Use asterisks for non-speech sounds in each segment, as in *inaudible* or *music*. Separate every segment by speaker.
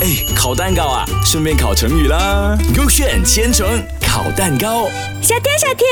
Speaker 1: 哎，烤蛋糕啊，顺便烤成语啦。勾选千层烤蛋糕，
Speaker 2: 小天，小天，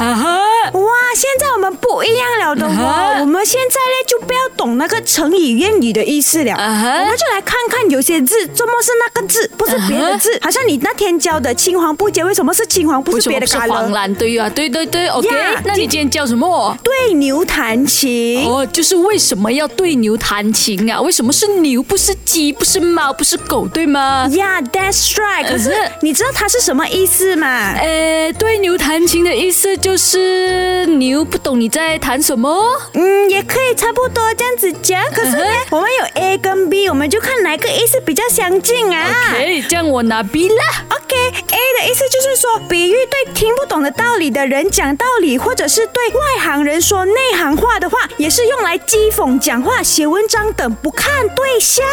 Speaker 3: 啊哈，
Speaker 2: 哇，现在我们不一样了的
Speaker 3: 啊
Speaker 2: 哦。我们现在呢就不要懂那个成语谚语的意思了，
Speaker 3: 啊哈
Speaker 2: 我们就来看看有些字怎么是那个字，不是别的
Speaker 3: 啊
Speaker 2: 字。好像你那天教的青黄不接，为什么是青黄不
Speaker 3: 为
Speaker 2: 是
Speaker 3: 什么
Speaker 2: 别的
Speaker 3: 不是
Speaker 2: 咖
Speaker 3: 黄
Speaker 2: 喱？
Speaker 3: 蓝？对呀、对对对，OK。
Speaker 2: 呀
Speaker 3: 那你今天叫什么？
Speaker 2: 对牛弹琴。
Speaker 3: 哦，就是为什么要对牛弹琴啊？为什么是牛，不是鸡，不是猫，不是狗，对吗？
Speaker 2: 呀、yeah, that's right。可是
Speaker 3: 呃
Speaker 2: 你知道它是什么意思吗？
Speaker 3: 呃，对牛弹琴的意思就是牛不懂你在弹什么。
Speaker 2: 嗯，也可以差不多这样子讲。可是呢
Speaker 3: 嗯，
Speaker 2: 我们有 A 跟 B，我们就看哪个意思比较相近啊。
Speaker 3: OK，这样我拿 B 啦。
Speaker 2: OK，A 的意思就是说，比喻对听不懂的道理的人讲道理，或者是对外行人说内行话的话，也是用来讥讽、讲话、写文章等不看对象。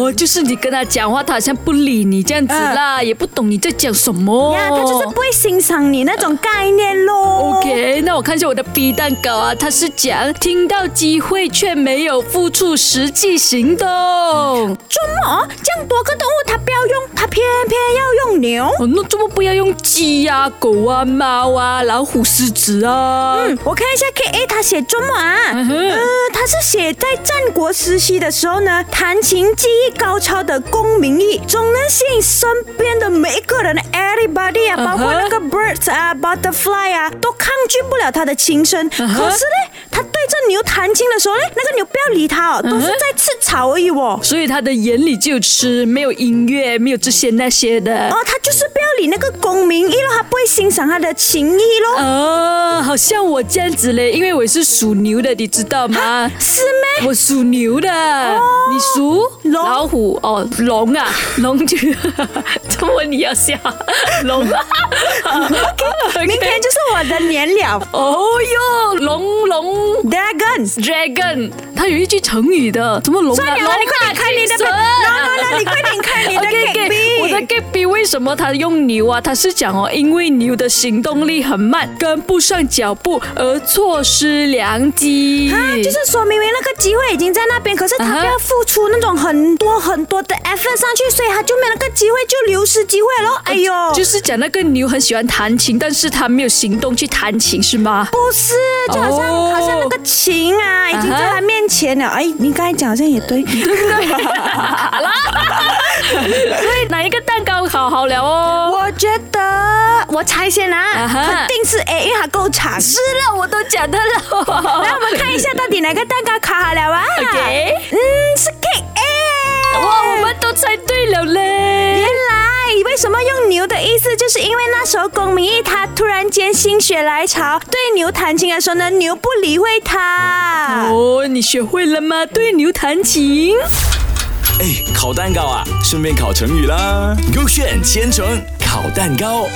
Speaker 3: 哦，就是你跟他讲话，他好像不理你这样子啦，也不懂你在讲什么。
Speaker 2: 呀，嗯他就是不会欣赏你那种概念喽。
Speaker 3: OK，那我看一下我的 B 蛋糕啊，它是讲听到机会却没有付出实际行动。哦，
Speaker 2: 怎么这样多个动物它不要用，它偏偏要用牛？
Speaker 3: 那怎么不要用鸡呀、狗啊、猫啊、老虎、狮子啊？
Speaker 2: 嗯，我看一下 K A 他写中文啊，
Speaker 3: 嗯哼
Speaker 2: 呃，他是写在战国时期的时候呢，弹琴技艺高超的公民艺，总能吸引身边的每一个人，everybody 啊，
Speaker 3: 嗯哼
Speaker 2: 包括那个 birds 啊，butterfly 啊，都抗拒不了他的琴声。可是
Speaker 3: 嗯哼
Speaker 2: 呢，他对着牛弹琴的时候呢，那个牛不要理他
Speaker 3: 嗯
Speaker 2: 哦，都是在吃草而已哦。
Speaker 3: 所以他的眼里只有吃，没有音乐，没有这些那些的。
Speaker 2: 哦，他就是不要理那个公民艺咯，他不会欣赏他的琴艺咯。
Speaker 3: 哦，好像我这样子嘞，因为我是属牛的，你知道吗？
Speaker 2: 是咩？
Speaker 3: 我属牛的，你属
Speaker 2: 龙
Speaker 3: 老虎哦，龙啊，龙就， *laughs* 怎么你要笑龙啊
Speaker 2: *laughs*
Speaker 3: ？OK，
Speaker 2: 明天就是我的年了
Speaker 3: *laughs* 哦哟，龙龙
Speaker 2: ，Dragons。
Speaker 3: dragon，它有一句成语的，什么龙啊？
Speaker 2: 算了
Speaker 3: 龙
Speaker 2: 啦
Speaker 3: 啊，
Speaker 2: 你快点开你的
Speaker 3: 女神
Speaker 2: no no no，你快点开你
Speaker 3: *laughs*
Speaker 2: 的
Speaker 3: OK，
Speaker 2: 给
Speaker 3: 啊 OK，我的
Speaker 2: B。
Speaker 3: g a b 为什么他用牛啊？他是讲哦，因为牛的行动力很慢，跟不上脚步而错失良机。
Speaker 2: 啊，就是说明明那个机会已经在那边，可是他
Speaker 3: 啊哈
Speaker 2: 不要付出那种很多很多的 effort 上去，所以他就没有那个机会，就流失机会咯。哎呦，
Speaker 3: 啊就是讲那个牛很喜欢弹琴，但是他没有行动去弹琴，是吗？
Speaker 2: 不是，就好像、
Speaker 3: 哦
Speaker 2: 好像那个琴啊，已经在他面前了。哎，你刚才讲好像也
Speaker 3: *laughs*
Speaker 2: 对。
Speaker 3: 所以哪一个蛋糕好好聊哦？
Speaker 2: 我觉得我猜先啊，
Speaker 3: 啊哈
Speaker 2: 肯定是 A，因为它够长。
Speaker 3: *laughs*
Speaker 2: 是
Speaker 3: 了，我都讲的了。
Speaker 2: 来我们看一下到底哪个蛋糕卡好了啊
Speaker 3: OK
Speaker 2: 嗯，是 K A。
Speaker 3: 哇，我们都猜对了嘞
Speaker 2: 原！来为什么用牛的意思，就是因为那时候公明义他突然间心血来潮，对牛弹琴的时候呢，牛不理会他。
Speaker 3: 哦，你学会了吗？对牛弹琴。
Speaker 1: 哎，烤蛋糕啊，顺便烤成语啦。勾选千层烤蛋糕。